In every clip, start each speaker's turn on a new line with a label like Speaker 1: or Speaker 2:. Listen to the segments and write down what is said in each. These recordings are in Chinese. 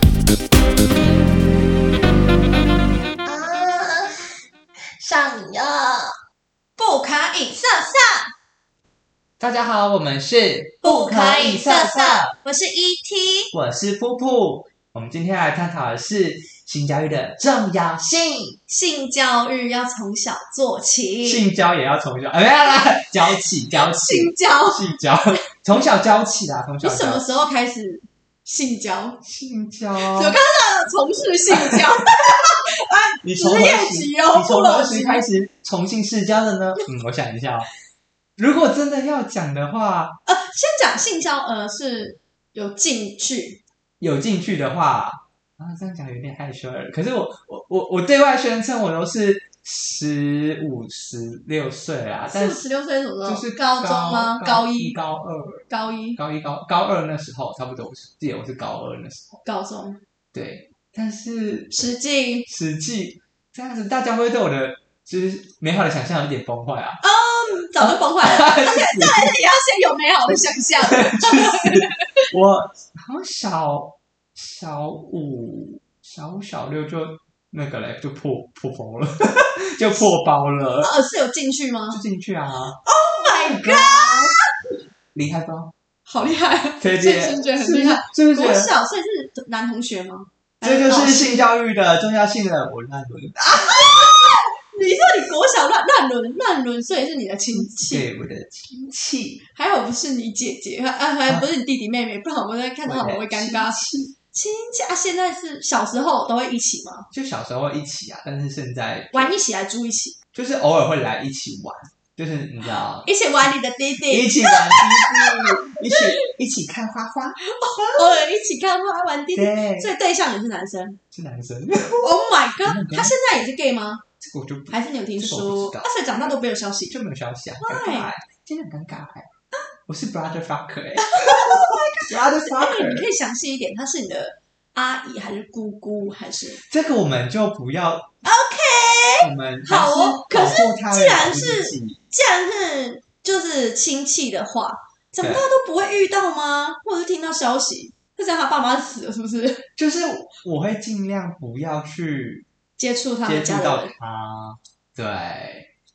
Speaker 1: 哦
Speaker 2: 大家好，我们是
Speaker 1: 不可以色色，我是 E ET。
Speaker 2: 我是噗噗。我们今天来探讨的是性教育的重要性，
Speaker 1: 性教育要从小做起，
Speaker 2: 性交也要从小，哎、没有啦，教起教起，
Speaker 1: 性交。
Speaker 2: 性交从小教起啦，从小
Speaker 1: 你什么
Speaker 2: 教
Speaker 1: 时候开始性交？
Speaker 2: 性交，
Speaker 1: 我刚刚呃从事性交，
Speaker 2: 你从何
Speaker 1: 职业
Speaker 2: 时？
Speaker 1: 级哦
Speaker 2: 你从何
Speaker 1: 不容
Speaker 2: 时
Speaker 1: 易
Speaker 2: 开始重新世交的呢？嗯，我想一下哦。如果真的要讲的话，
Speaker 1: 呃，先讲性交，呃，是有进去，
Speaker 2: 有进去的话，啊，这样讲有点害羞了。可是我我我我对外宣称我都是十五十六岁啦，
Speaker 1: 是
Speaker 2: 但
Speaker 1: 十六岁什么时
Speaker 2: 就
Speaker 1: 候？
Speaker 2: 是
Speaker 1: 高中吗？
Speaker 2: 高
Speaker 1: 一、
Speaker 2: 高二、
Speaker 1: 高一、
Speaker 2: 高一高高二那时候，差不多我是记得我是高二那时候。
Speaker 1: 高中，
Speaker 2: 对，但是
Speaker 1: 实际
Speaker 2: 实际这样子，大家会对我的就是美好的想象有点崩坏啊。
Speaker 1: 早就崩 坏了。
Speaker 2: 去死
Speaker 1: 但是你要先有美好的想 象，
Speaker 2: 我好像小小五、小五、小六就那个嘞，就破破包了， 就破包了，
Speaker 1: 呃，是有进去吗
Speaker 2: 就进去啊。Oh
Speaker 1: ？Oh my god，
Speaker 2: 离开包，
Speaker 1: 好厉害！
Speaker 2: 推
Speaker 1: 这
Speaker 2: 荐，
Speaker 1: 真觉得很厉害。，
Speaker 2: 是不是
Speaker 1: 我
Speaker 2: 觉得？
Speaker 1: 小所以是男同学吗？哎
Speaker 2: 这就
Speaker 1: 还老
Speaker 2: 是
Speaker 1: 师
Speaker 2: 性教育的重要性了。我乱伦，
Speaker 1: 你说你国小乱乱伦乱伦，所以是你的亲戚，
Speaker 2: 对我的亲戚，
Speaker 1: 还好不是你姐姐，还啊还不是你弟弟妹妹，不然我在看到
Speaker 2: 我
Speaker 1: 我
Speaker 2: 的
Speaker 1: 会尴尬。亲戚啊，现在是小时候都会一起吗？
Speaker 2: 就小时候一起啊，但是现在
Speaker 1: 玩一起还住一起，
Speaker 2: 就是偶尔会来一起玩，就是你知道，
Speaker 1: 一起玩你的弟
Speaker 2: 一
Speaker 1: 弟，
Speaker 2: 起玩一起一起看花花，
Speaker 1: 偶尔一起看花玩弟弟，
Speaker 2: 对，
Speaker 1: 所以对象也是男生。
Speaker 2: 是男生，
Speaker 1: Oh my
Speaker 2: 嗯
Speaker 1: god，他现在也是 gay 吗？
Speaker 2: 这个我就不
Speaker 1: 还是你有听
Speaker 2: 这个我
Speaker 1: 说？
Speaker 2: 不知道
Speaker 1: 他所以长大都没有消息。
Speaker 2: 就没有消息啊，
Speaker 1: Why？
Speaker 2: 尴尬欸，真的很尴尬哎、我是 brother fucker 哎、b r o
Speaker 1: 那
Speaker 2: t h e r
Speaker 1: 你
Speaker 2: fucker，
Speaker 1: 可以详细一点，他是你的阿姨还是姑姑还是？
Speaker 2: 这个我们就不要 OK，我们还
Speaker 1: 好哦
Speaker 2: 保护他人
Speaker 1: 可是
Speaker 2: 保护自己
Speaker 1: 既然是就是亲戚的话，长大都不会遇到吗？或者是听到消息，就像他爸妈死了，是不是？
Speaker 2: 就是我会尽量不要去
Speaker 1: 接触他
Speaker 2: 接
Speaker 1: 们
Speaker 2: 触
Speaker 1: 家的
Speaker 2: 到
Speaker 1: 人
Speaker 2: 他，对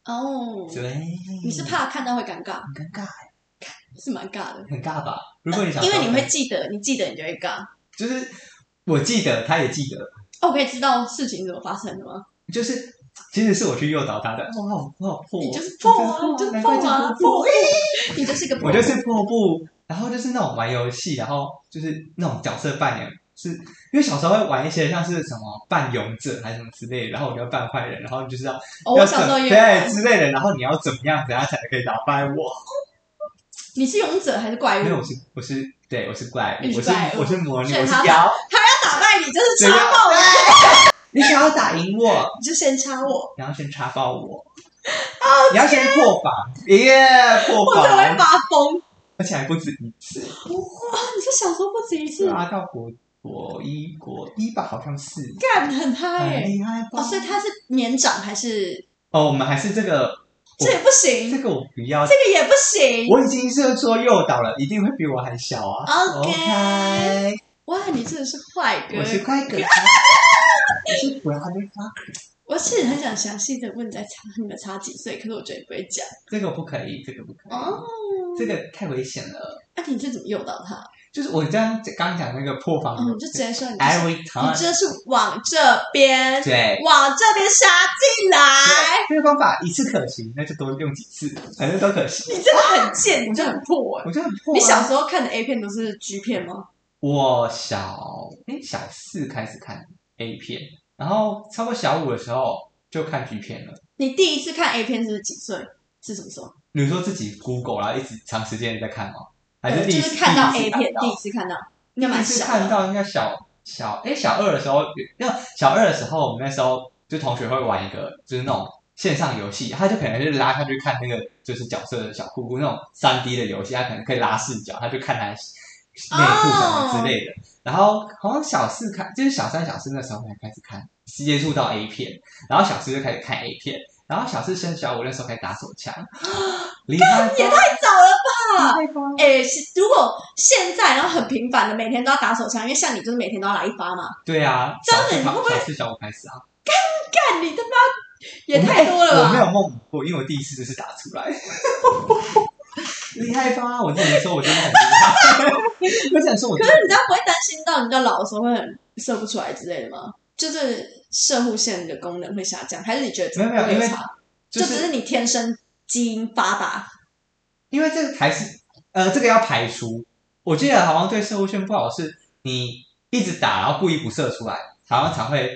Speaker 1: 哦，
Speaker 2: 对，
Speaker 1: 你是怕看到会尴尬，
Speaker 2: 很尴尬，
Speaker 1: 是蛮尬的。
Speaker 2: 很尬吧？如果你想，
Speaker 1: 因为你会记得，你记得你就会尬。
Speaker 2: 就是我记得，他也记得，
Speaker 1: 哦，我可以知道事情怎么发生的吗？
Speaker 2: 就是其实是我去诱导他的，哇，我好我好破哦，
Speaker 1: 你就是破啊，你
Speaker 2: 我
Speaker 1: 就是
Speaker 2: 难
Speaker 1: 破
Speaker 2: 怪叫
Speaker 1: 啊，
Speaker 2: 我
Speaker 1: 破！你就是个破
Speaker 2: 我。就是破布，然后就是那种玩游戏，然后就是那种角色扮演，是因为小时候会玩一些像是什么扮勇者还是什么之类的，然后我就要扮坏人，然后你就是要
Speaker 1: 哦，
Speaker 2: 要
Speaker 1: 我
Speaker 2: 怎
Speaker 1: 小时候也有
Speaker 2: 对
Speaker 1: 玩。
Speaker 2: 之类的，然后你要怎么样怎样才可以打败我？
Speaker 1: 你是勇者还是怪物？
Speaker 2: 因为我是我是对我是怪物，
Speaker 1: 你
Speaker 2: 我
Speaker 1: 是
Speaker 2: 是
Speaker 1: 怪物
Speaker 2: 我是魔女，
Speaker 1: 所以
Speaker 2: 我是
Speaker 1: 他欸
Speaker 2: 妖，
Speaker 1: 他打败你就是
Speaker 2: 怎样
Speaker 1: 插爆人，？
Speaker 2: 你想要打赢我，
Speaker 1: 你就先插我。
Speaker 2: 然后先插爆我，你要先破防，耶、破
Speaker 1: 我真的会
Speaker 2: 防，
Speaker 1: 发疯！
Speaker 2: 而且还不止一次。
Speaker 1: 哇，你这小时候不止一次
Speaker 2: 是，啊，到国国一国一吧，好像是，
Speaker 1: 干很嗨
Speaker 2: 很
Speaker 1: 欸！
Speaker 2: 厉害吧？
Speaker 1: 哦，所以他是年长还是？
Speaker 2: 哦，我们还是这个，
Speaker 1: 这也不行，
Speaker 2: 这个我不要
Speaker 1: 这，个也不行。
Speaker 2: 我已经是说诱导了，一定会比我还小啊。
Speaker 1: OK
Speaker 2: OK，
Speaker 1: 哇，你真的是坏哥！
Speaker 2: 我是快哥，我是布拉德花，
Speaker 1: 我其实很想详细的问你在差你们差几岁，可是我觉得你不会讲。
Speaker 2: 这个不可以，这个不可
Speaker 1: 哦
Speaker 2: 以，，这个太危险了。
Speaker 1: 那、啊你是怎么诱导他？就是
Speaker 2: 我这样刚讲那个破防
Speaker 1: 哦，你就直接说你是
Speaker 2: ，every
Speaker 1: 你
Speaker 2: time，
Speaker 1: 这是往这边，
Speaker 2: 对。
Speaker 1: 往这边杀进来，
Speaker 2: 这个方法一次可行，那就多用几次，反正都可行。
Speaker 1: 你真的很贱，你真的很破、欸。
Speaker 2: 我就很破、啊。
Speaker 1: 你小时候看的 A 片都是 G 片吗？
Speaker 2: 我小诶小四开始看 A 片，然后差不多小五的时候就看 G 片了。
Speaker 1: 你第一次看 A 片是几岁？是什么时候？
Speaker 2: 比如说自己 Google 然后一直长时间在看哦，还
Speaker 1: 对，
Speaker 2: 是第一
Speaker 1: 就
Speaker 2: 次
Speaker 1: 是看到 A
Speaker 2: 第一
Speaker 1: 片
Speaker 2: 次看到
Speaker 1: 第一次看到，应该
Speaker 2: 第一
Speaker 1: 蛮
Speaker 2: 次
Speaker 1: 小
Speaker 2: 看
Speaker 1: 的。
Speaker 2: 到应该小小诶小二的时候，那小二的时候我们那时候就同学会玩一个就是那种线上游戏，他就可能就是拉下去看那个就是角色的小裤裤那种三 D 的游戏，他可能可以拉视角，他就看他内裤什么之类的。然后好像小四看，就是小三、小四那时候才开始看，接触到 A 片，然后小四就开始看 A 片，然后小四升小五那时候开始打手枪，厉害吧
Speaker 1: 也太早了吧！
Speaker 2: 厉害吧？
Speaker 1: 哎、是如果现在然后很频繁的每天都要打手枪，因为像你就是每天都要来一发嘛，
Speaker 2: 对啊，
Speaker 1: 真的
Speaker 2: 小四
Speaker 1: 你会不会
Speaker 2: 小四小五开始啊？
Speaker 1: 干你他妈也太多了
Speaker 2: 我没
Speaker 1: 吧！
Speaker 2: 有梦过，因为我第一次就是打出来。厉害吧？我只能说，我真的很厉害。我想说，我
Speaker 1: 可
Speaker 2: 真
Speaker 1: 是
Speaker 2: 的
Speaker 1: 你这样不会担心到你到老的时候会很射不出来之类的吗？就是射护腺的功能会下降，还是你觉得这个
Speaker 2: 没有
Speaker 1: 不
Speaker 2: 没有
Speaker 1: 会
Speaker 2: 因为
Speaker 1: 差
Speaker 2: 就
Speaker 1: 就只
Speaker 2: 是
Speaker 1: 是你天生基因发达，
Speaker 2: 因为这个还是呃，这个要排除。我记得好像对射物线不好是，你一直打，然后故意不射出来，好像才会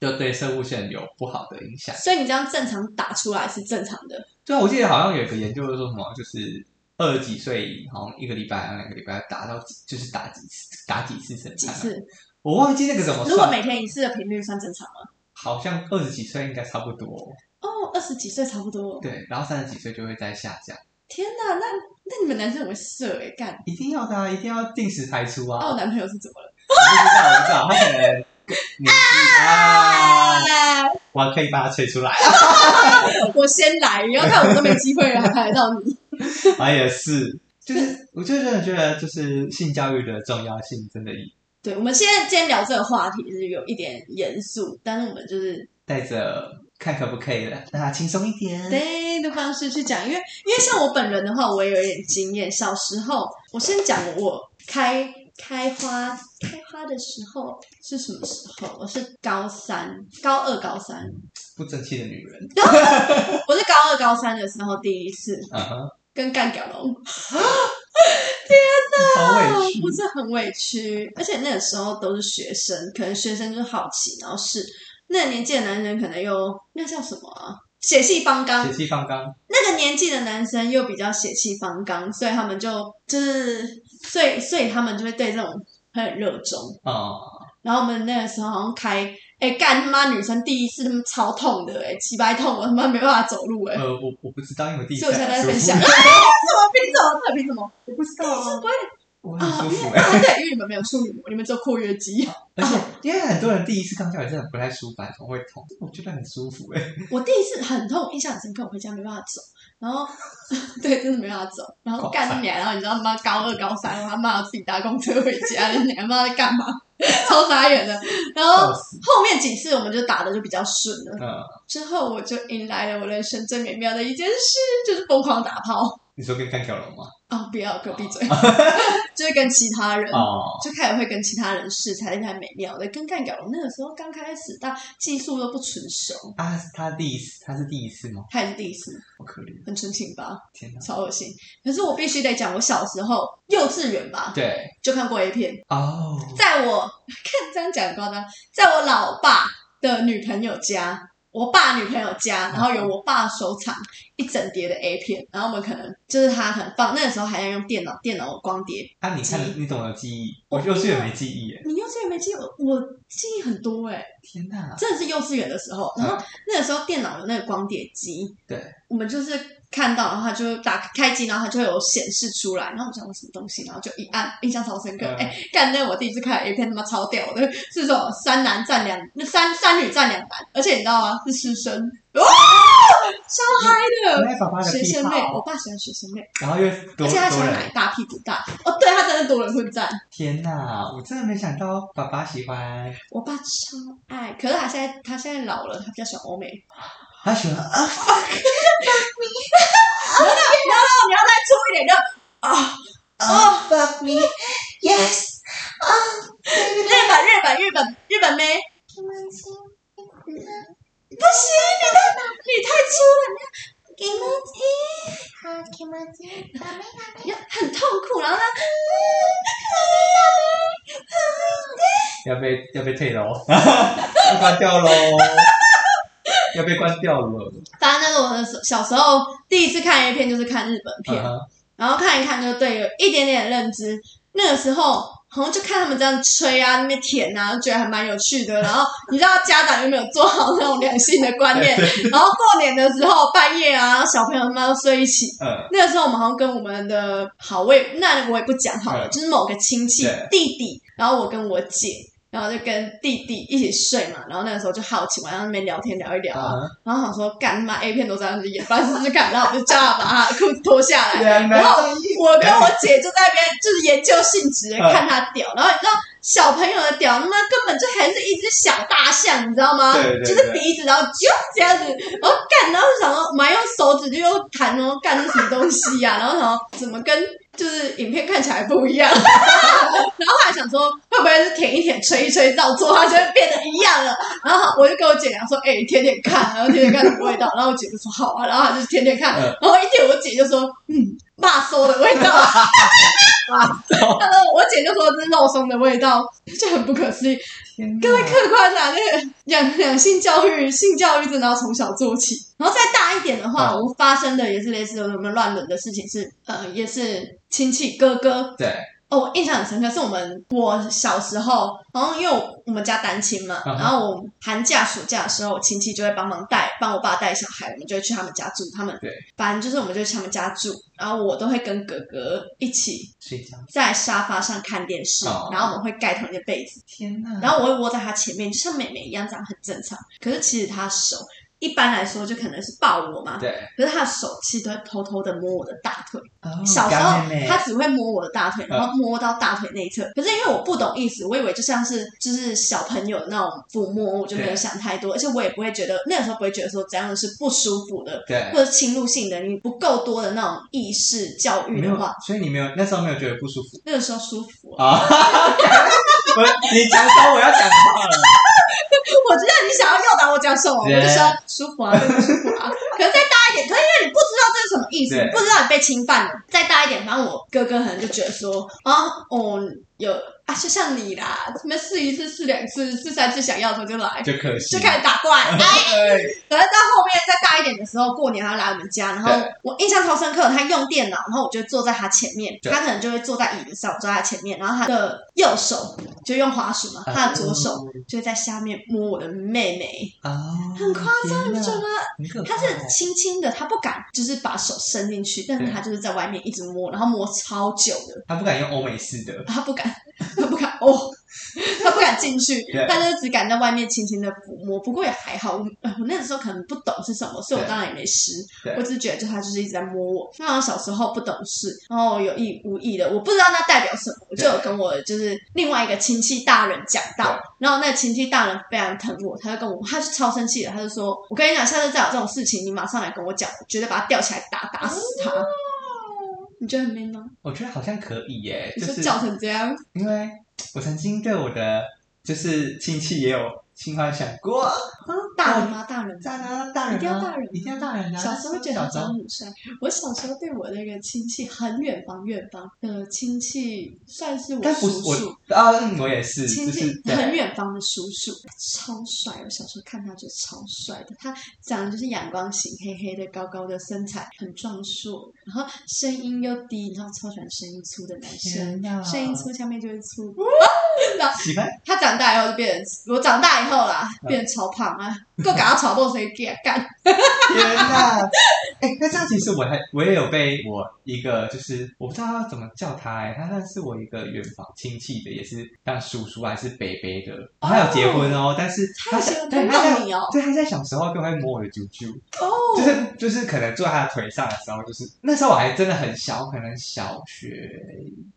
Speaker 2: 就对射物线有不好的影响。
Speaker 1: 所以你这样正常打出来是正常的。
Speaker 2: 对啊，我记得好像有一个研究说什么，就是二十几岁好像一个礼拜、两个礼拜打到几就是打几次，打几次神
Speaker 1: 几
Speaker 2: 探啊、
Speaker 1: 次？
Speaker 2: 我忘记那个怎么
Speaker 1: 如果
Speaker 2: 算，
Speaker 1: 每天一次的频率算正常吗？
Speaker 2: 好像二十几岁应该差不多，
Speaker 1: 哦，二十几岁差不多。
Speaker 2: 对，然后三十几岁就会再下降。
Speaker 1: 天哪，那那你们男生很会射哎、干！
Speaker 2: 一定要的、啊，一定要定时排出啊！
Speaker 1: 那
Speaker 2: 我
Speaker 1: 我
Speaker 2: 不
Speaker 1: 男朋友是怎么了？
Speaker 2: 知道，我不知道，他可能年纪啊，
Speaker 1: 啊！
Speaker 2: 我可以把他吹出来。
Speaker 1: 我先来，你要看我都没机会了，还看得到你。
Speaker 2: 啊，也是，就是我就真的觉得，就是性教育的重要性真的
Speaker 1: 对，我们现在今天聊这个话题是有一点严肃，但是我们就是
Speaker 2: 带着看可不可以了，让他轻松一点。
Speaker 1: 对的方式去讲，因为因为像我本人的话，我也有一点经验。小时候，我先讲我开开花开花的时候是什么时候？我是高三、高二、高三，
Speaker 2: 不争气的女人，
Speaker 1: 我是高二、高三的时候第一次
Speaker 2: 嗯哼，
Speaker 1: 跟干屌龙
Speaker 2: 好
Speaker 1: 哦，
Speaker 2: 委屈
Speaker 1: 不。是很委屈，而且那个时候都是学生，可能学生就是好奇，然后是那个年纪的男人可能又那叫什么啊？血气方刚
Speaker 2: 血，气方刚，
Speaker 1: 那个年纪的男生又比较血气方刚，所以他们就就是，所以所以他们就会对这种很热衷。
Speaker 2: 哦，
Speaker 1: 然后我们那个时候好像开，哎、干他妈女生第一次他妈超痛的、哎，七百痛，我他妈没办法走路、哎、
Speaker 2: 呃，我我不知道，因为我第一次
Speaker 1: 所以我现在在分享，哎、
Speaker 2: 很
Speaker 1: 什
Speaker 2: 舒服
Speaker 1: 么凭什么？这凭什么？
Speaker 2: 我不知道啊，我
Speaker 1: 啊，
Speaker 2: 很舒
Speaker 1: 因
Speaker 2: 服
Speaker 1: 为
Speaker 2: 哎，
Speaker 1: 啊对，因为你们没有处女膜，你们只有括约肌。
Speaker 2: 而且
Speaker 1: 哦
Speaker 2: 因为很多人第一次刚下来真的不太舒服，头会痛，我觉得很舒服哎。
Speaker 1: 我第一次很痛，印象很深刻，我回家没办法走，然后对，真的没办法走，然后干你娘，然后你知道妈高二高三，我他妈自己搭公车回家，你娘妈在干嘛？ 超傻眼的。然后
Speaker 2: 笑死
Speaker 1: 后面几次我们就打的就比较顺了，
Speaker 2: 嗯，
Speaker 1: 之后我就迎来了我人生最美妙的一件事，就是疯狂打炮。
Speaker 2: 你说跟干掉龙吗？
Speaker 1: 哦，不要，给我闭 嘴，就是跟其他人。
Speaker 2: 哦，
Speaker 1: 就开始会跟其他人试才才美妙的，跟干屌龙那个时候刚开始，但技术都不纯熟，
Speaker 2: 啊，他第一次，他是第一次吗？
Speaker 1: 他也是第一次，
Speaker 2: 好可怜，啊
Speaker 1: 很纯情吧？
Speaker 2: 天哪！
Speaker 1: 超恶心。可是我必须得讲，我小时候幼稚园吧，
Speaker 2: 对，
Speaker 1: 就看过 A 片。
Speaker 2: 哦，
Speaker 1: 在我 看这样讲很夸张，在我老爸的女朋友家，我爸女朋友家，然后有我爸收藏一整叠的 A 片，然后我们可能就是他可能放那个时候还要用电脑，电脑光碟。
Speaker 2: 啊，你看
Speaker 1: 记忆
Speaker 2: 你怎么有记忆？我幼稚园没记忆耶！
Speaker 1: 你幼稚园没记，我我记忆很多哎、
Speaker 2: 天哪！
Speaker 1: 真的是幼稚园的时候，
Speaker 2: 嗯
Speaker 1: 然后那个时候电脑有那个光碟机，
Speaker 2: 对，
Speaker 1: 我们就是看到，然后它就打开机，然后它就有显示出来，然后我们想我什么东西，然后就一按，印象超深刻。
Speaker 2: 嗯
Speaker 1: 哎、干那我第一次看 A 片，他妈超屌的，是说三男占两，那三三女占两男，而且你知道吗？是师生，哇，超嗨
Speaker 2: 原
Speaker 1: 的。
Speaker 2: 来爸爸的
Speaker 1: 学
Speaker 2: 癖
Speaker 1: 生妹，我
Speaker 2: 好，
Speaker 1: 爸喜欢学生妹，
Speaker 2: 然后又多
Speaker 1: 而且他喜
Speaker 2: 多
Speaker 1: 欢奶
Speaker 2: 人。
Speaker 1: 大屁股大。哦，对，他真的多人混战。
Speaker 2: 天哪！我真的没想到爸爸喜欢，
Speaker 1: 我爸超爱，可是他现在他现在老了，他比较喜欢欧美哎
Speaker 2: 他喜 欢啊，
Speaker 1: 你要再粗一点，就啊啊，fuck me, yes，啊，日本日本日本日本妹，不行，你太你太粗了，
Speaker 3: 気持ちいい。あー気持ちいい。ダメ
Speaker 1: 你要很痛苦，然后呢，
Speaker 2: 要被要被退楼，要关掉 喽，要被关掉了。
Speaker 1: 反正那是我的小时候第一次看 A 片就是看日本片，
Speaker 2: 嗯
Speaker 1: 然后看一看就对有一点点认知，那个时候。好像就看他们这样吹啊，那边舔啊，觉得还蛮有趣的。然后你知道家长有没有做好那种良性的观 念？然后过年的时候半夜啊，然后小朋友他妈都睡一起，
Speaker 2: 嗯，
Speaker 1: 那个时候我们好像跟我们的好，我也那我也不讲好了，
Speaker 2: 嗯
Speaker 1: 就是某个亲戚
Speaker 2: 对
Speaker 1: 弟弟，然后我跟我姐，然后就跟弟弟一起睡嘛，然后那个时候就好奇，晚上那边聊天聊一聊，
Speaker 2: 啊，
Speaker 1: 然后想说干嘛 A 片都在那里演，反正试试看，然后我就叫他把他的裤子脱下 来，
Speaker 2: 两
Speaker 1: 然后
Speaker 2: 男一
Speaker 1: 我跟我姐就在那边就是研究性质的
Speaker 2: 嗯
Speaker 1: 看他屌，然后你知道小朋友的屌，他妈根本就还是一只小大象，你知道吗？
Speaker 2: 对对
Speaker 1: 就是鼻子，然后就这样子，然后干，然后想说，妈用手指就用弹哦，干是什么东西呀、 然后想说怎么跟就是影片看起来不一样， 然后后来想说会不会是舔一舔、吹一吹照做，它就会变得一样了。然后我就跟我姐讲说，哎、你舔舔看，然后舔舔看什么味道，然后我姐就说好啊，然后她就舔舔看，
Speaker 2: 嗯
Speaker 1: 然后一舔我姐就说嗯。骂馊的味道， 然后我姐就说这是肉松的味道，就很不可思议。各位客官啊，那个两两性教育，性教育真的要从小做起。然后再大一点的话，
Speaker 2: 嗯
Speaker 1: 我发生的也是类似我们乱伦的事情是，呃，也是亲戚哥哥
Speaker 2: 对，
Speaker 1: 哦，我印象很深刻，是我们我小时候，好像因为我我们家单亲嘛，
Speaker 2: 嗯哼
Speaker 1: 然后我寒假暑假的时候，我亲戚就会帮忙带，帮我爸带小孩，我们就会去他们家住，他们
Speaker 2: 对，
Speaker 1: 反正就是我们就去他们家住，然后我都会跟哥哥一起
Speaker 2: 睡觉。
Speaker 1: 在沙发上看电视，
Speaker 2: 哦
Speaker 1: 然后我们会盖同一个被子。
Speaker 2: 天哪！
Speaker 1: 然后我会窝在他前面，就像妹妹一样，这样很正常。可是其实他手一般来说就可能是抱我嘛，
Speaker 2: 对，
Speaker 1: 可是他的手其实都会偷偷的摸我的大腿。
Speaker 2: 哦
Speaker 1: 小时候
Speaker 2: 干妹妹嗯
Speaker 1: 他只会摸我的大腿，然后摸到大腿内侧。可是因为我不懂意思，我以为就像是就是小朋友那种抚摸，我就没有
Speaker 2: 对
Speaker 1: 想太多，而且我也不会觉得那个时候不会觉得说怎样的是不舒服的。
Speaker 2: 对，
Speaker 1: 或者侵入性的，你不够多的那种意识教育
Speaker 2: 没
Speaker 1: 的
Speaker 2: 有
Speaker 1: 话，，
Speaker 2: 所以你没有那时候没有觉得不舒服
Speaker 1: 那个时候舒服、啊。
Speaker 2: 啊？我你讲什么？我要讲话了。
Speaker 1: 我知道你想要诱导我讲什么，我就说舒服啊，对不舒服 啊。可是再大一点，可是因为你不知道这是什么意思，
Speaker 2: 对
Speaker 1: 你不知道你被侵犯了。再大一点，反正我哥哥可能就觉得说，啊，哦，有啊，就像你啦，什么试一次、试两次、试三次，想要的时候就来，
Speaker 2: 就可惜，
Speaker 1: 就开始打 怪。哎，
Speaker 2: 对
Speaker 1: 可是到后面再大一点的时候，过年他来我们家，然后
Speaker 2: 对
Speaker 1: 我印象超深刻，他用电脑，然后我就坐在他前面，
Speaker 2: 对
Speaker 1: 他可能就会坐在椅子上，我坐在他前面，然后他的右手就用滑鼠
Speaker 2: 啊
Speaker 1: 嘛，他的左手就会在下面摸我的妹妹，
Speaker 2: 啊，
Speaker 1: 很夸张，你
Speaker 2: 天
Speaker 1: 不
Speaker 2: 哪
Speaker 1: 觉得吗？
Speaker 2: 很可怕
Speaker 1: 他是轻轻的，他不敢就是把手伸进去，但是
Speaker 2: 对
Speaker 1: 他就是在外面一直摸，然后摸超久的，
Speaker 2: 他不敢用欧美式的，
Speaker 1: 他不敢，他不敢哦，他不敢进去
Speaker 2: 对，
Speaker 1: 他就只敢在外面轻轻的抚摸。不过也还好，我呃我那个时候可能不懂是什么，所以我
Speaker 2: 对
Speaker 1: 当然也没湿
Speaker 2: 对，
Speaker 1: 我只是觉得就他就是一直在摸我。那小时候不懂事，然后有意无意的，我不知道那代表什么，我就有跟我就是另外一个亲戚大人讲到
Speaker 2: 对，
Speaker 1: 然后那亲戚大人非常疼我，他就跟我，他就超生气的，他就说：“我跟你讲，下次再有这种事情，你马上来跟我讲，我绝对把他吊起来打，打死他。”
Speaker 2: 哦
Speaker 1: 你觉得很 man 吗？
Speaker 2: 我觉得好像可以耶，
Speaker 1: 你
Speaker 2: 就
Speaker 1: 说
Speaker 2: 是
Speaker 1: 叫成这样，
Speaker 2: 因为我曾经对我的就是亲戚也有性幻想过，
Speaker 1: 大人吗？大人吗
Speaker 2: 大人啊，大人啊
Speaker 1: 一定要大人
Speaker 2: 一定要大人啊，
Speaker 1: 小时候觉得他
Speaker 2: 小时
Speaker 1: 长
Speaker 2: 候
Speaker 1: 得很帅。我小时候对我那个亲戚很远房远房的亲戚，算是我
Speaker 2: 但不
Speaker 1: 叔
Speaker 2: 是
Speaker 1: 叔，
Speaker 2: 我啊，嗯我也是，
Speaker 1: 亲
Speaker 2: 就
Speaker 1: 戚
Speaker 2: 是
Speaker 1: 很
Speaker 2: 对
Speaker 1: 远房的叔叔，超帅。我小时候看他觉得超帅的，他长得就是阳光型，黑黑的，高高的，身材很壮硕，然后声音又低，你知道超喜欢声音粗的男生。
Speaker 2: 天哪
Speaker 1: 声音粗，下面就会粗。
Speaker 2: 喜欢
Speaker 1: 他长大以后就变成，我长大以后啦，
Speaker 2: 嗯
Speaker 1: 变成超胖啊，够搞到炒爆谁给干？
Speaker 2: 天呐！哎、那这样其实我还我也有被我一个就是我不知道要怎么叫他哎、他算是我一个远房亲戚的，也是像叔叔啊还是伯伯的，
Speaker 1: 哦
Speaker 2: 他有结婚哦，但是
Speaker 1: 他
Speaker 2: 他
Speaker 1: 有结婚
Speaker 2: 小对
Speaker 1: 很
Speaker 2: 他在
Speaker 1: 棒你哦
Speaker 2: 对他在小时候都会摸我的啾啾，
Speaker 1: 哦
Speaker 2: 就是就是可能坐在他的腿上的时候，就是那时候我还真的很小，可能小学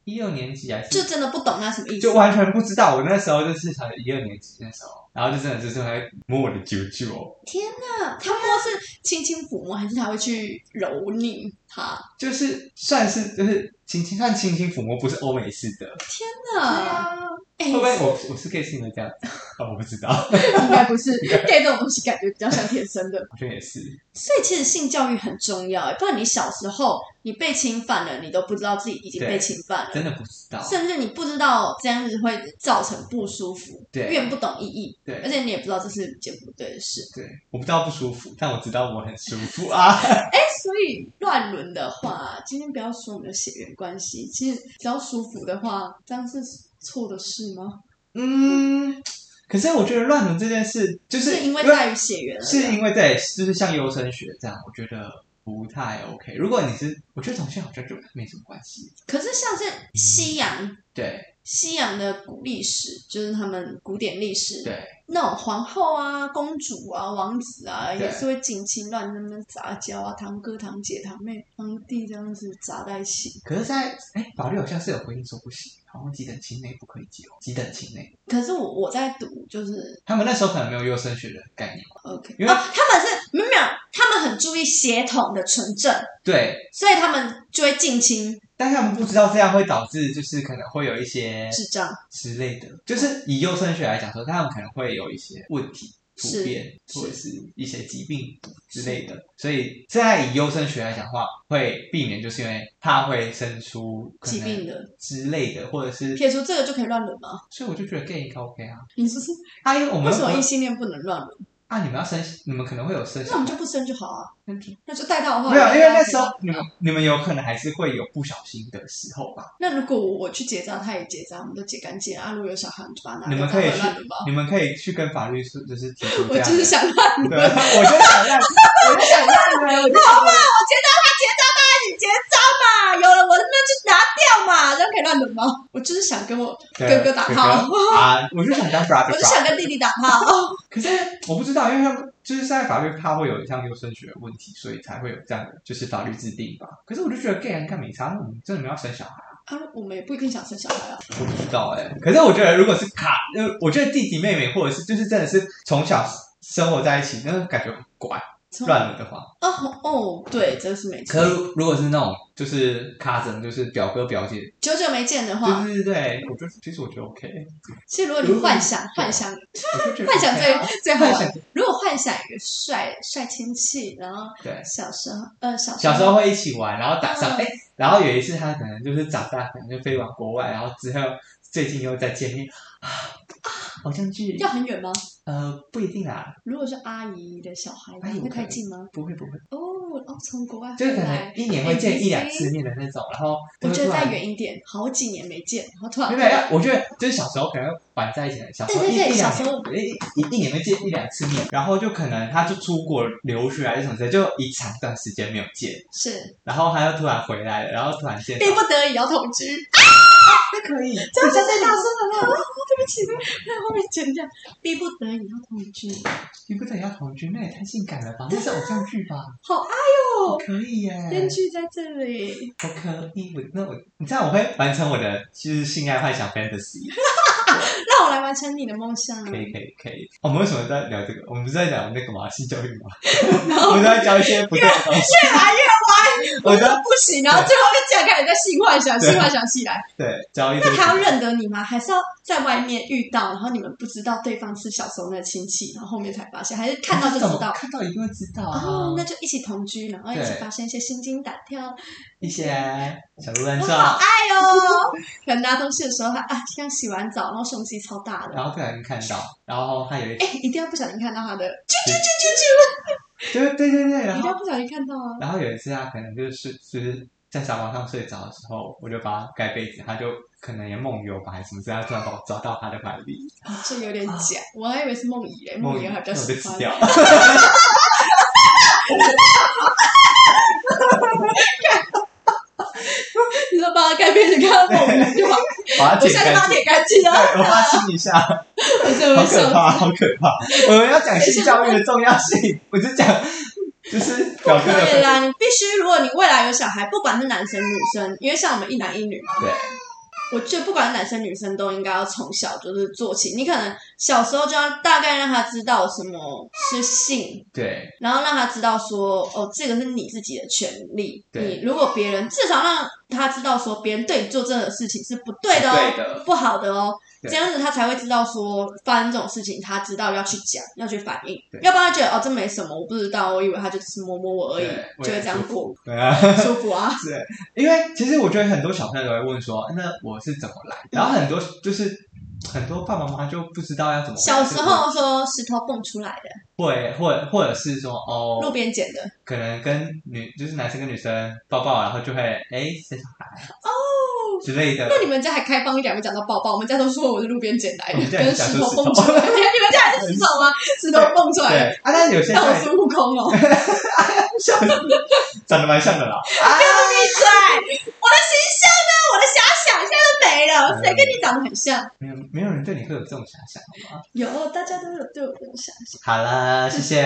Speaker 2: 一二年级还是
Speaker 1: 就真的不懂那什么意思。
Speaker 2: 就完全不知道，我那时候就是小学一二年级那时候，然后就真的就是会摸我的啾啾哦。
Speaker 1: 天呐，他摸是轻轻抚摸，还是他会去揉捏它？
Speaker 2: 就是算是就是轻轻算轻轻抚摸，不是欧美式的，
Speaker 1: 真的，哎、
Speaker 2: 啊会不会我我是 gay 是因为这样子？哦，我不知道，
Speaker 1: 应该不是 gay 这种东西，感觉比较像天生的。
Speaker 2: 我觉得也是，
Speaker 1: 所以其实性教育很重要、不然你小时候你被侵犯了，你都不知道自己已经
Speaker 2: 对
Speaker 1: 被侵犯了。
Speaker 2: 真的不知道。
Speaker 1: 甚至你不知道这样子会造成不舒服，
Speaker 2: 对
Speaker 1: 因为不懂意义，
Speaker 2: 对
Speaker 1: 而且你也不知道这是件不对的事。
Speaker 2: 对，我不知道不舒服，但我知道我很舒服啊。
Speaker 1: 哎，所以乱伦的话，今天不要说我们的血缘关系，其实只要舒服的话，这样是错的事吗？
Speaker 2: 嗯，可是我觉得乱伦这件事，就是
Speaker 1: 是因为在于血缘而已啊
Speaker 2: 是因为在就是像优生学这样，我觉得不太 OK。如果你是，我觉得同性好像就没什么关系。
Speaker 1: 可是像是西洋
Speaker 2: 对，
Speaker 1: 西洋的古历史，就是他们古典历史，
Speaker 2: 对，
Speaker 1: 那种皇后啊、公主啊、王子啊，
Speaker 2: 对
Speaker 1: 也是会近亲乱在那边杂交啊，堂哥、堂姐、堂妹、堂弟这样子杂在一起。
Speaker 2: 可是在，哎法律好像是有规定说不行，好像几等亲内不可以结婚，几等亲内，
Speaker 1: 可是我我在读，就是
Speaker 2: 他们那时候可能没有优生学的概念吧。
Speaker 1: OK，
Speaker 2: 因为
Speaker 1: 哦，他们是没有没有，他们很注意血统的纯正，
Speaker 2: 对，
Speaker 1: 所以他们就会近亲
Speaker 2: 但他们不知道这样会导致就是可能会有一些
Speaker 1: 智障。
Speaker 2: 之类的，就是以优生学来讲说，他们可能会有一些问题。
Speaker 1: 是
Speaker 2: 突变
Speaker 1: 是
Speaker 2: 或者是一些疾病之类的，所以现在以优生学来讲的话，会避免，就是因为怕会生出可能
Speaker 1: 疾病的
Speaker 2: 之类的，或者是，
Speaker 1: 撇除这个就可以乱伦吗？
Speaker 2: 所以我就觉得 gay 应该 OK 啊。
Speaker 1: 你是不是
Speaker 2: 啊，因为我们
Speaker 1: 为什么异性恋不能乱伦？
Speaker 2: 啊，你们要生，你们可能会有生小
Speaker 1: 那我们就不生就好啊，
Speaker 2: 那就
Speaker 1: 那就带到的话
Speaker 2: 没有，因为那时候你们你们有可能还是会有不小心的时候吧。
Speaker 1: 那如果我我去结扎，他也结扎，我们都结干净啊。如果有小孩，我们就把它拿
Speaker 2: 你
Speaker 1: 掉，
Speaker 2: 们可以
Speaker 1: 当
Speaker 2: 去
Speaker 1: 然乱伦吧。，
Speaker 2: 你们可以去跟法律说，就是提出
Speaker 1: 我
Speaker 2: 这样
Speaker 1: 就
Speaker 2: 的。
Speaker 1: 是想啊乱伦，
Speaker 2: 对， 我就想让，我就想让人，我就想让
Speaker 1: 我结扎他结扎他，你结扎吧，有了我那就拿掉嘛，这样可以乱伦吗？我就是想跟我
Speaker 2: 对
Speaker 1: 哥哥打炮，
Speaker 2: 啊，我就想当 brother，
Speaker 1: 我就想跟弟弟打炮。
Speaker 2: 可是我不知道，因为他们就是在法律怕会有像优生学的问题，所以才会有这样的就是法律制定吧。可是我就觉得 gay 应该没差，我们真的没有要生小孩，
Speaker 1: 啊，我们也不一定想生小孩啊。
Speaker 2: 我不知道哎、可是我觉得如果是卡，呃，我觉得弟弟妹妹或者是就是真的是从小生活在一起，那种感觉很怪，乱了的话。
Speaker 1: 哦哦，对，这是没错
Speaker 2: 可。如如果是那种就是卡整，就是表哥表姐，
Speaker 1: 久久没见的
Speaker 2: 对
Speaker 1: 话，
Speaker 2: 对对对，我就其实我觉得 OK，
Speaker 1: 其实如果你幻想幻想
Speaker 2: 我就觉 得
Speaker 1: 幻想
Speaker 2: OK
Speaker 1: 最
Speaker 2: 啊
Speaker 1: 最好
Speaker 2: 幻
Speaker 1: 玩
Speaker 2: 想，
Speaker 1: 如果幻想一个帅帅亲戚，然后
Speaker 2: 对。
Speaker 1: 小时候呃小
Speaker 2: 小时候会一起玩，然后打上
Speaker 1: 嗯
Speaker 2: 哎、然后有一次他可能就是长大，可能就飞往国外，然后之后最近又再见面啊，好像距
Speaker 1: 要很远吗？
Speaker 2: 呃不一定啦，
Speaker 1: 如果是阿姨的小孩，
Speaker 2: 阿姨
Speaker 1: 那
Speaker 2: 可以
Speaker 1: 太近吗？
Speaker 2: 不会不会，
Speaker 1: 哦，哦，从国外
Speaker 2: 就
Speaker 1: 回
Speaker 2: 是可能
Speaker 1: 来，哎
Speaker 2: 一年会见一两次面的那种，然后
Speaker 1: 我觉
Speaker 2: 就
Speaker 1: 得
Speaker 2: 突然啊
Speaker 1: 再远一点，好几年没见，然后 突然
Speaker 2: 没有，没有我觉得就是小时候可能玩在一起的，小时候
Speaker 1: 对对对
Speaker 2: 一一两
Speaker 1: 小时候
Speaker 2: 一一一年会见一两次面，然后就可能他就出国留学啊还是什么之类，就一长段时间没有见，
Speaker 1: 是
Speaker 2: 然后他又突然回来了，然后突然见到，
Speaker 1: 逼不得已要同居。
Speaker 2: 那可以，
Speaker 1: 哎这样讲太大声了 啦！啊对不起，对不起，后面剪掉，逼不得已要同居。
Speaker 2: 你不得要同居，那也太性感了吧？那是偶像剧吧？
Speaker 1: 好爱
Speaker 2: 我
Speaker 1: 哦，
Speaker 2: 可以耶，
Speaker 1: 编剧在这里。
Speaker 2: 我可以，我那我你知道我会完成我的就是性爱幻想 fantasy，
Speaker 1: 让我来完成你的梦想。
Speaker 2: 可以可以可以。哦我们为什么在聊这个？我们不是在聊那个嘛性教育吗？
Speaker 1: 然
Speaker 2: 我
Speaker 1: 后
Speaker 2: 们在讲一些不对的东西，
Speaker 1: 越来越
Speaker 2: 我
Speaker 1: 觉
Speaker 2: 在
Speaker 1: 得不行，然后最后面竟然开始在性幻想，
Speaker 2: 对
Speaker 1: 性幻想起来。
Speaker 2: 对教一 些
Speaker 1: 那他要认得你吗？还是要在外面遇到，然后你们不知道对方是小时候的亲戚，然后后面才发现，还是看到就知
Speaker 2: 怎么
Speaker 1: 道？
Speaker 2: 看到一定会知道啊，
Speaker 1: 哦，那就一起同居，然后一起
Speaker 2: 对
Speaker 1: 发生一些心惊胆跳。
Speaker 2: 一些小鹿乱
Speaker 1: 我
Speaker 2: 撞
Speaker 1: 好，爱哦！可能拿东西的时候，他啊，刚洗完澡，然后胸肌超大 的，
Speaker 2: 然后不小心看到，然后他有一
Speaker 1: 哎，一定要不小心看到他的，啾啾啾啾
Speaker 2: 对对对对，
Speaker 1: 啾，
Speaker 2: 然
Speaker 1: 一定
Speaker 2: 后
Speaker 1: 要不小心看到啊！
Speaker 2: 然后有一次他可能就是就是在沙发上睡着的时候，我就把他盖被子，他就可能也梦游吧，还是什么之类，他突然把我抓到他的怀里，
Speaker 1: 哦这有点假，我还以为是梦遗嘞，
Speaker 2: 啊梦
Speaker 1: 梦遗
Speaker 2: 游，
Speaker 1: 还
Speaker 2: 我
Speaker 1: 比较
Speaker 2: 就
Speaker 1: 喜
Speaker 2: 死
Speaker 1: 欢。
Speaker 2: 掉。
Speaker 1: 你说把它盖被子看到梦遗就好，
Speaker 2: 把它
Speaker 1: 我
Speaker 2: 剪
Speaker 1: 下次把
Speaker 2: 干
Speaker 1: 它
Speaker 2: 净。
Speaker 1: 舔干净啊！
Speaker 2: 对，我发亲一下，好
Speaker 1: 我真的会
Speaker 2: 可
Speaker 1: 笑
Speaker 2: 怕，好可怕！我们要讲性教育的重要性，我就讲，就是表哥
Speaker 1: 对
Speaker 2: 的
Speaker 1: 啦，你必须，如果你未来有小孩，不管是男生女生，因为像我们一男一女嘛，
Speaker 2: 对，
Speaker 1: 我觉得不管是男生女生都应该要从小就是做起。你可能小时候就要大概让他知道什么是性，
Speaker 2: 对
Speaker 1: 然后让他知道说，哦，这个是你自己的权利。
Speaker 2: 对
Speaker 1: 你如果别人至少让他知道说，别人对你做这种事情是不对的哦，
Speaker 2: 对的
Speaker 1: 不好的哦。
Speaker 2: 对
Speaker 1: 这样子他才会知道说发生这种事情，他知道要去讲，要去反应
Speaker 2: 对，
Speaker 1: 要不然他觉得哦这没什么，我不知道，我以为他就只是摸摸我而已
Speaker 2: 对，
Speaker 1: 就会这样过，
Speaker 2: 对啊，
Speaker 1: 舒服啊。
Speaker 2: 因为其实我觉得很多小朋友都会问说，哎那我是怎么来？
Speaker 1: 嗯
Speaker 2: 然后很多就是很多爸爸妈妈就不知道要怎么来
Speaker 1: 小时候说石头蹦出来的，
Speaker 2: 会或或者是说哦，
Speaker 1: 路边捡的，
Speaker 2: 可能跟女就是男生跟女生抱抱，然后就会哎生小孩哦之类的。
Speaker 1: 那你们家还开放一点，没讲到抱抱，我们家都说我是路边捡来
Speaker 2: 我们
Speaker 1: 的，
Speaker 2: 家也
Speaker 1: 跟
Speaker 2: 是
Speaker 1: 石
Speaker 2: 讲
Speaker 1: 头
Speaker 2: 说石头
Speaker 1: 蹦出来 的，你们家还是石头吗？石头蹦出来
Speaker 2: 对
Speaker 1: 的，
Speaker 2: 啊，但是有些
Speaker 1: 当我
Speaker 2: 在
Speaker 1: 孙悟空哦，
Speaker 2: 长得蛮像的啦。
Speaker 1: 闭嘴！我的形象呢？我的遐想现在都没了，了，
Speaker 2: 嗯
Speaker 1: 谁跟你长得很像？
Speaker 2: 没有没有人对你会有这种遐想，好吗？
Speaker 1: 有，大家都有对我这种想象。
Speaker 2: 好了，谢谢。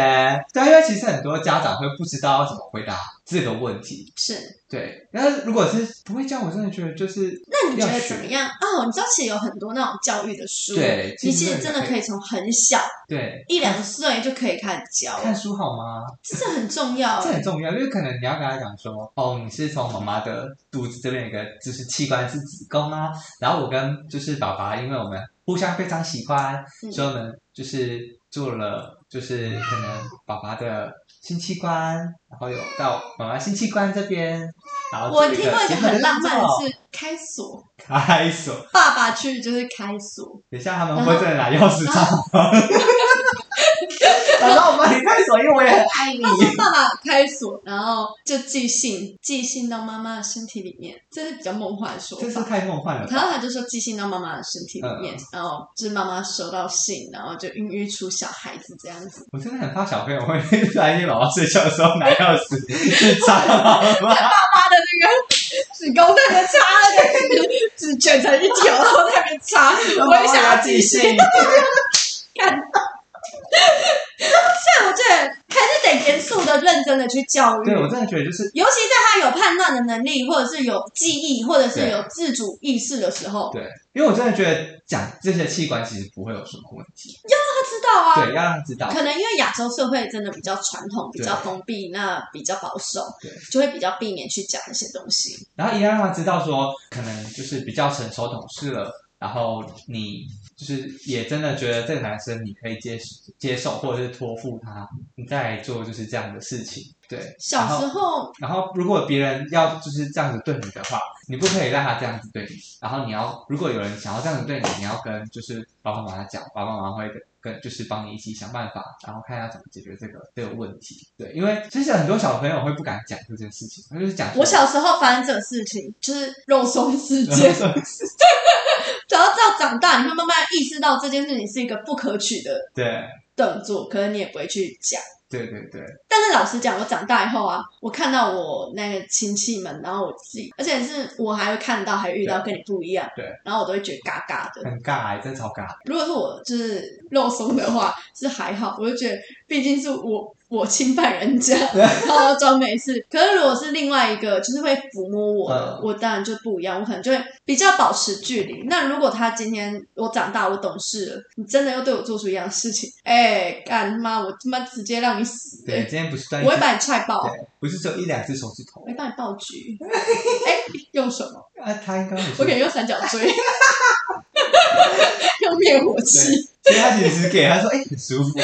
Speaker 2: 对啊，因为其实很多家长会不知道要怎么回答这个问题。
Speaker 1: 是，
Speaker 2: 对，但是如果是不会教，我真的觉得就是
Speaker 1: 那你觉
Speaker 2: 要
Speaker 1: 得
Speaker 2: 学
Speaker 1: 怎么样？哦，你知道其实有很多那种教育的书，
Speaker 2: 对，
Speaker 1: 你其实真的可
Speaker 2: 以
Speaker 1: 以从很小
Speaker 2: 对
Speaker 1: 一两岁就可以开始教，
Speaker 2: 看书好吗？
Speaker 1: 这很重要
Speaker 2: 这。很重要，因为可能你要跟他讲说，哦，你是从妈妈的肚子这边有一个就是器官是子宫啊，然后我跟就是爸爸，因为我们互相非常喜欢，
Speaker 1: 嗯
Speaker 2: 所以我们就是做了就是可能爸爸的新器官，然后有到妈妈新器官这边，然后
Speaker 1: 我
Speaker 2: 做一
Speaker 1: 听过一个
Speaker 2: 结合的
Speaker 1: 很浪漫的
Speaker 2: 动作
Speaker 1: 是开锁，
Speaker 2: 开锁，
Speaker 1: 爸爸去就是开锁，
Speaker 2: 等一下他们会真的拿钥匙插 我， 然后我帮你开锁，因为我也很爱你。
Speaker 1: 爸爸开锁，然后就寄信，寄信到妈妈的身体里面，这是比较梦幻的说
Speaker 2: 这是
Speaker 1: 法。
Speaker 2: 太梦幻了吧
Speaker 1: 然后他就说寄信到妈妈的身体里
Speaker 2: 嗯
Speaker 1: 面，然后就是妈妈收到信，然后就孕育出小孩子这样子。
Speaker 2: 我真的很怕小朋友会在夜宝宝睡觉的时候拿钥匙去插妈妈。
Speaker 1: 他的那个子宫在那插，那个只卷成一条，然后在那边插， 我也想要寄信。所以我觉得还是得严肃的、认真的去教育。
Speaker 2: 对，我真的觉得就是
Speaker 1: 尤其在他有判断的能力，或者是有记忆，或者是
Speaker 2: 对
Speaker 1: 有自主意识的时候，
Speaker 2: 对，因为我真的觉得讲这些器官其实不会有什么问题。
Speaker 1: 他知道啊。
Speaker 2: 对，要让他知道。
Speaker 1: 可能因为亚洲社会真的比较传统、比
Speaker 2: 对
Speaker 1: 较封闭，那比较保守
Speaker 2: 对，
Speaker 1: 就会比较避免去讲一些东西。
Speaker 2: 然后一定要让他知道说，可能就是比较成熟懂事了，然后你就是也真的觉得这个男生你可以接接受，或者是托付他，你再来做就是这样的事情。对，
Speaker 1: 小时候
Speaker 2: 然后如果别人要就是这样子对你的话，你不可以让他这样子对你。然后你要，如果有人想要这样子对你，你要跟就是爸爸妈妈讲，爸爸妈妈会跟跟就是帮你一起想办法，然后看要怎么解决这个这个问题。对，因为其实很多小朋友会不敢讲这件事情，他就是讲说
Speaker 1: 我 小时候发生这种事情，就是肉松事件。
Speaker 2: 嗯
Speaker 1: 然后到长大，你会慢慢意识到这件事情是一个不可取的
Speaker 2: 对
Speaker 1: 动作，可能你也不会去讲。
Speaker 2: 对对对，
Speaker 1: 但是老实讲，我长大以后啊，我看到我那个亲戚们，然后我自己，而且是我还会看到，还遇到跟你不一样，
Speaker 2: 对对，
Speaker 1: 然后我都会觉得嘎嘎 的。
Speaker 2: 很尬、欸，真的超尬。
Speaker 1: 如果是我就是肉松的话，是还好，我就觉得毕竟是我我侵犯人 家，然后装没事。可是如果是另外一个，就是会抚摸我的，
Speaker 2: 嗯
Speaker 1: 我当然就不一样，我可能就会比较保持距离。那如果他今天我长大，我懂事了，你真的又对我做出一样的事情，哎、干妈，我他妈直接让你死、欸
Speaker 2: 对，今天不是断
Speaker 1: 我会把你踹爆。
Speaker 2: 不是只有一两只手指头
Speaker 1: 我会帮你爆菊。哎、用什么？
Speaker 2: 啊，他应该很
Speaker 1: 我可以用三角锥， 用灭火器。
Speaker 2: 所以他其实给他说，哎、很舒服。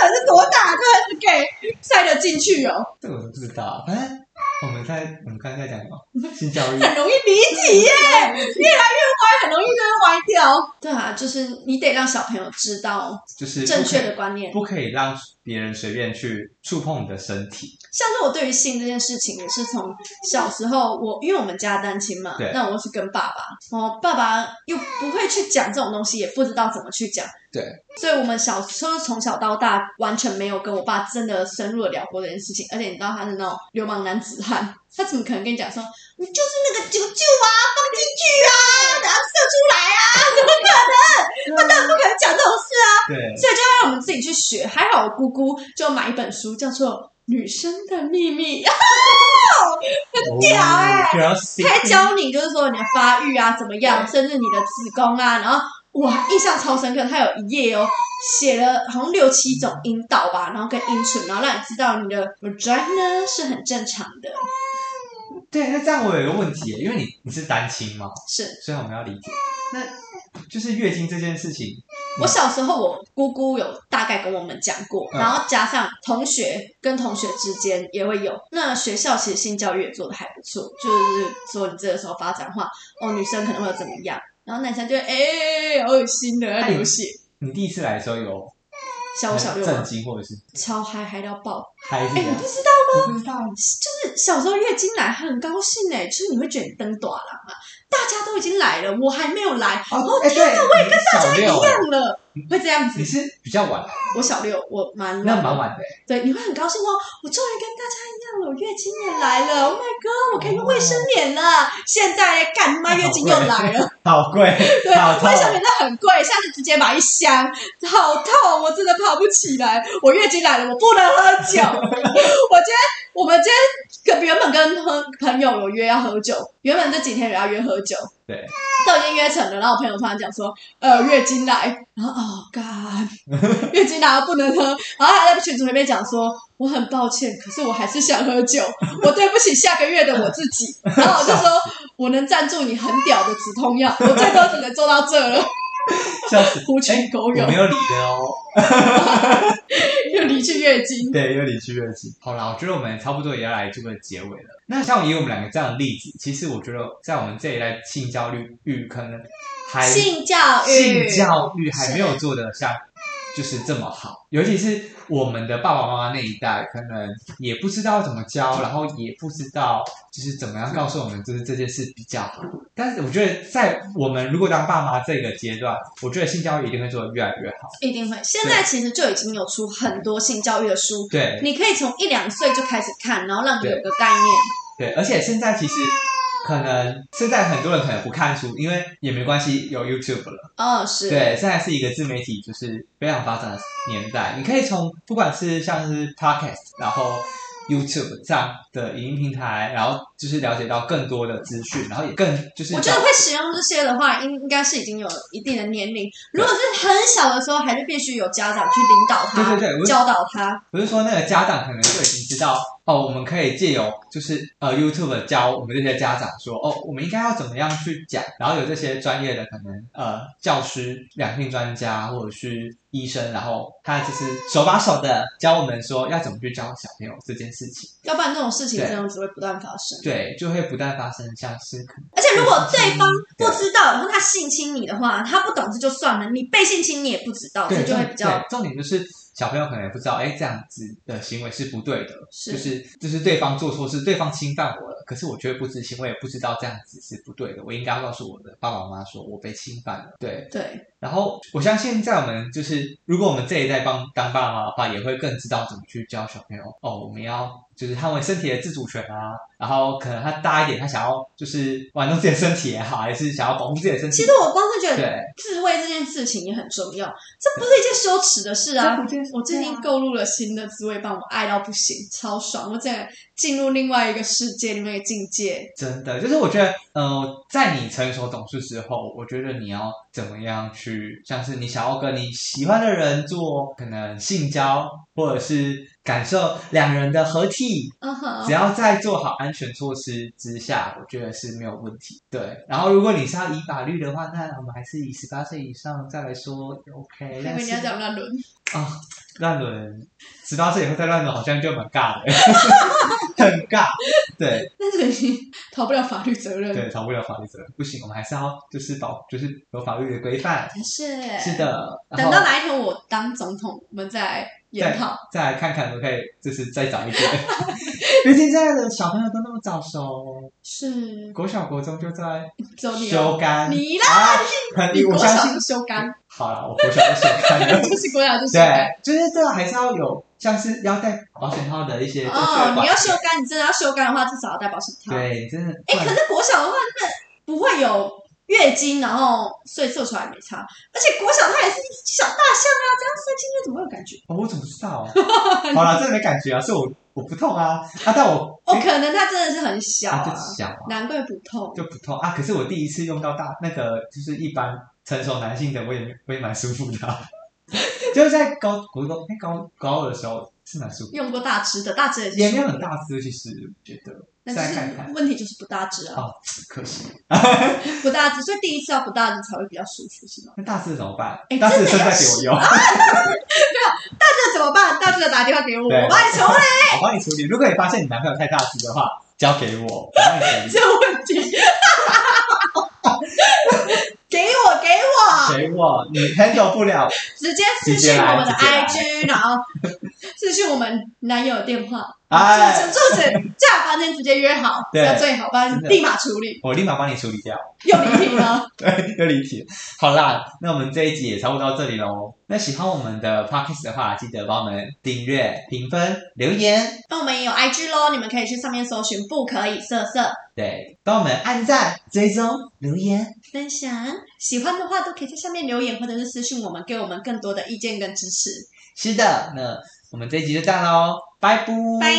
Speaker 1: 到底是多大？这个是给塞得进去哦，
Speaker 2: 这个我都不知道，反正我们在我们刚才在讲什 么性教育。
Speaker 1: 很容易离题耶，越来越歪，很容易就会歪掉。嗯对啊，就是你得让小朋友知道
Speaker 2: 就是
Speaker 1: 正确的观念。
Speaker 2: 不可以，不可以让别人随便去触碰你的身体。
Speaker 1: 像是我对于性这件事情，也是从小时候我因为我们家单亲嘛
Speaker 2: 对，
Speaker 1: 那我是跟爸爸，我爸爸又不会去讲这种东西，也不知道怎么去讲。
Speaker 2: 对，
Speaker 1: 所以我们小时候从小到大完全没有跟我爸真的深入的聊过这件事情，而且你知道他是那种流氓男子汉，他怎么可能跟你讲说你就是那个九九啊，放进去啊，然后射出来啊，怎么可能？他当然不可能讲这种事啊。
Speaker 2: 对，
Speaker 1: 所以就要让我们自己去学。还好我姑姑就买一本书，叫做《女生的秘密》，
Speaker 2: 很
Speaker 1: 屌欸还
Speaker 2: 还
Speaker 1: 教你就是说你的发育啊怎么样，甚至你的子宫啊，然后。哇，印象超深刻，它有一页哦，写了好像六七种阴道吧，然后跟阴唇，然后让你知道你的 vagina 是很正常的，
Speaker 2: 对，那这样我有一个问题耶，因为你你是单亲嘛，
Speaker 1: 是
Speaker 2: 所以我们要理解。那就是月经这件事情，
Speaker 1: 我小时候，我姑姑有大概跟我们讲过，
Speaker 2: 嗯
Speaker 1: 然后加上同学跟同学之间也会有。那学校其实性教育也做的还不错，就是说你这个时候发展的话，哦，女生可能会有怎么样，然后男生就会哎、好恶心的，要流血。
Speaker 2: 你第一次来的时候有
Speaker 1: 小五小六
Speaker 2: 震
Speaker 1: 嘛，
Speaker 2: 惊或者是
Speaker 1: 超嗨嗨到爆！
Speaker 2: 嗨是
Speaker 1: 哎、
Speaker 2: 这
Speaker 1: 你
Speaker 2: 样
Speaker 1: 不知道，
Speaker 2: 我不知道，
Speaker 1: 就是小时候月经来很高兴哎、就是你会觉得你登短了嘛，大家都已经来了，我还没有来，
Speaker 2: 哦
Speaker 1: 哦
Speaker 2: 哎
Speaker 1: 天哪，
Speaker 2: 对
Speaker 1: 我也跟大家
Speaker 2: 你是
Speaker 1: 一
Speaker 2: 小六啊
Speaker 1: 样了，会这样子
Speaker 2: 你。是比较晚，
Speaker 1: 我小六，我蛮
Speaker 2: 那
Speaker 1: 晚的
Speaker 2: 蛮晚的。
Speaker 1: 对，你会很高兴哦！我终于跟大家一样了，我月经也来了，Oh my god，我可以用卫生棉了。现在嘞，干妈月经又来了，
Speaker 2: 好贵，
Speaker 1: 对，
Speaker 2: 好痛
Speaker 1: 卫生棉那很贵，下次直接买一箱，好痛，我真的爬不起来。我月经来了，我不能喝酒。 我今天我们今天跟原本跟朋朋友有约要喝酒，原本这几天也要约喝酒，
Speaker 2: 对，
Speaker 1: 都已经约成了。然后我朋友突然讲说，呃，月经来，然后哦，God，月 经来了不能喝，然后还在群组里面讲说，我很抱歉，可是我还是想喝酒，我对不起下个月的我自己。然后我就说，我能赞助你很屌的止痛药，我 最多只能做到这了，
Speaker 2: 笑死。
Speaker 1: 狐群狗
Speaker 2: 我
Speaker 1: 友
Speaker 2: 没有理的哦，
Speaker 1: 又离去月经。
Speaker 2: 对，有理去热情。好啦，我觉得我们差不多也要来这个结尾了。那像以我们两个这样的例子，其实我觉得在我们这一代性教育育可能还
Speaker 1: 性教育，
Speaker 2: 性教育还没有做得像就是这么好，尤其是我们的爸爸妈妈那一代，可能也不知道怎么教，然后也不知道就是怎么样告诉我们，就是这件事比较好。但是我觉得，在我们如果当爸妈这个阶段，我觉得性教育一定会做得越来越好。
Speaker 1: 一定会。现在其实就已经有出很多性教育的书，
Speaker 2: 对
Speaker 1: 你可以从一两岁就开始看，然后让你有个概念。
Speaker 2: 对，而且现在其实。可能现在很多人可能不看书，因为也没关系，有 YouTube 了。
Speaker 1: 哦，是，
Speaker 2: 对，现在是一个自媒体就是非常发展的年代，你可以从不管是像是 podcast，然后 YouTube 这样的影音平台，然后就是了解到更多的资讯，然后也更就是
Speaker 1: 我觉得会使用这些的话，应应该是已经有一定的年龄。如果是很小的时候，还是必须有家长去引导他，
Speaker 2: 对对对我
Speaker 1: 教导他。
Speaker 2: 不是说那个家长可能就已经知道哦，我们可以借由就是呃 YouTube 教我们这些家长说哦，我们应该要怎么样去讲，然后有这些专业的可能呃教师、两性专家或者是医生，然后他就是手把手的教我们说要怎么去教小朋友这件事情。
Speaker 1: 要不然这种事情
Speaker 2: 对
Speaker 1: 真的只会不断发生。
Speaker 2: 对，就会不断发生像是可能
Speaker 1: 而且如果对方
Speaker 2: 对
Speaker 1: 不知道，然后他性侵你的话，他不懂这就算了，你被性侵你也不知道，这
Speaker 2: 对
Speaker 1: 就会
Speaker 2: 重
Speaker 1: 比较
Speaker 2: 对重点就是小朋友可能也不知道，哎，这样子的行为是不对的，
Speaker 1: 是
Speaker 2: 就是就是对方做错事，对方侵犯我了，可是我觉得不知情，我也不知道这样子是不对的，我应该要告诉我的爸爸妈妈说我被侵犯了，对。
Speaker 1: 对。
Speaker 2: 然后我相信在我们就是如果我们这一代帮当爸妈的话，也会更知道怎么去教小朋友哦，我们要。就是捍卫身体的自主权啊，然后可能他大一点，他想要就是玩弄自己的身体也好，还是想要保护自己的身体。
Speaker 1: 其实我光是觉得
Speaker 2: 对，
Speaker 1: 自慰这件事情也很重要，这不是一件羞耻的事啊！我最近购入了新的自慰棒，我爱到不行，超爽！我真的进入另外一个世界，另外一个境界。
Speaker 2: 真的，就是我觉得，呃，在你成熟懂事之后，我觉得你要怎么样去，像是你想要跟你喜欢的人做可能性交，或者是感受两人的合体，
Speaker 1: 嗯哼，
Speaker 2: 只要在做好安全措施之下，我觉得是没有问题。对，然后如果你是要以法律的话，那我们还是以十八岁以上再来说 OK。
Speaker 1: 因
Speaker 2: 但
Speaker 1: 为你要
Speaker 2: 是
Speaker 1: 讲乱伦，
Speaker 2: 啊，乱伦，十八岁以后再乱伦，好像就蛮尬的， 很尬。对，
Speaker 1: 但是你逃不了法律责任。
Speaker 2: 对，逃不了法律责任。不行，我们还是要就是保，就是有法律的规范。
Speaker 1: 是
Speaker 2: 是。的，然
Speaker 1: 等
Speaker 2: 后
Speaker 1: 到哪一天我当总统，我们再来研讨。
Speaker 2: 再来看看，可不可以就是再早一点。 毕竟现在的小朋友都那么早熟，
Speaker 1: 是，
Speaker 2: 国小国中就在
Speaker 1: 走你哦
Speaker 2: 修
Speaker 1: 了，
Speaker 2: 干。
Speaker 1: 你啦，
Speaker 2: 啊，
Speaker 1: 你
Speaker 2: 很我
Speaker 1: 国
Speaker 2: 相
Speaker 1: 小
Speaker 2: 信
Speaker 1: 就。修 干，
Speaker 2: 好了，我国小就修干 了。
Speaker 1: 就是国小就修干。
Speaker 2: 对，就是这个还是要有，像是要带保险套的一些规
Speaker 1: 哦
Speaker 2: 范，
Speaker 1: 你要修干，你真的要修干的话，至少要戴保险套。
Speaker 2: 对，真的。
Speaker 1: 哎、可是国小的话，那不会有月经，然后所以射出来没差。而且国小它也是一只小大象啊，这样射进去怎么会有感觉？
Speaker 2: 哦我怎么 知道？好了，真的没感觉啊，是我我不痛啊啊，但我
Speaker 1: 哦，可能它真的是很小
Speaker 2: 啊就
Speaker 1: 啊，
Speaker 2: 小啊。
Speaker 1: 难怪不痛。
Speaker 2: 就不痛啊。可是我第一次用到大那个，就是一般成熟男性的，我也没我也蛮舒服的啊、 就是在高国中、哎高高二的时候是蛮舒服，
Speaker 1: 用过大只的，大只也
Speaker 2: 也
Speaker 1: 是
Speaker 2: 没有很大只，其实我觉得
Speaker 1: 但
Speaker 2: 再看
Speaker 1: 是
Speaker 2: 看
Speaker 1: 问题就是不大只啊，
Speaker 2: 哦可惜。
Speaker 1: 不大只，所以第一次要不大只才会比较舒服，是吗？
Speaker 2: 那大只怎么办
Speaker 1: 哎？
Speaker 2: 大只
Speaker 1: 真的
Speaker 2: 身
Speaker 1: 要
Speaker 2: 材给我
Speaker 1: 试
Speaker 2: 用，
Speaker 1: 大只的怎么办？大只的打电话给我，
Speaker 2: 对
Speaker 1: 我帮你求了
Speaker 2: 我帮你处理。如果你发现你男朋友太大只的话，交给我，我帮你处
Speaker 1: 这个问题。 给我，给我，
Speaker 2: 理。给我，你 handle 不了，
Speaker 1: 直接
Speaker 2: 直
Speaker 1: 私
Speaker 2: 接
Speaker 1: 信
Speaker 2: 来
Speaker 1: 我们的
Speaker 2: 直接来
Speaker 1: IG，然后私讯我们男友的电话，
Speaker 2: 哎
Speaker 1: 作者作者假房间直接约好，
Speaker 2: 对
Speaker 1: 要最好，不然
Speaker 2: 真的
Speaker 1: 立马处理，
Speaker 2: 我立马帮你处理掉。
Speaker 1: 又离题了。
Speaker 2: 对，又离题。好啦，那我们这一集也差不多到这里喽。那喜欢我们的 podcast 的话，记得帮我们订阅、评分、留言，
Speaker 1: 那我们也有 IG 咯，你们可以去上面搜寻，不可以色色
Speaker 2: 对，帮我们按赞、追踪、留言。
Speaker 1: 分享。喜欢的话都可以在下面留言，或者是私信我们，给我们更多的意见跟支持。
Speaker 2: 是的，那我们这一集就这样喽，拜拜。
Speaker 1: 拜。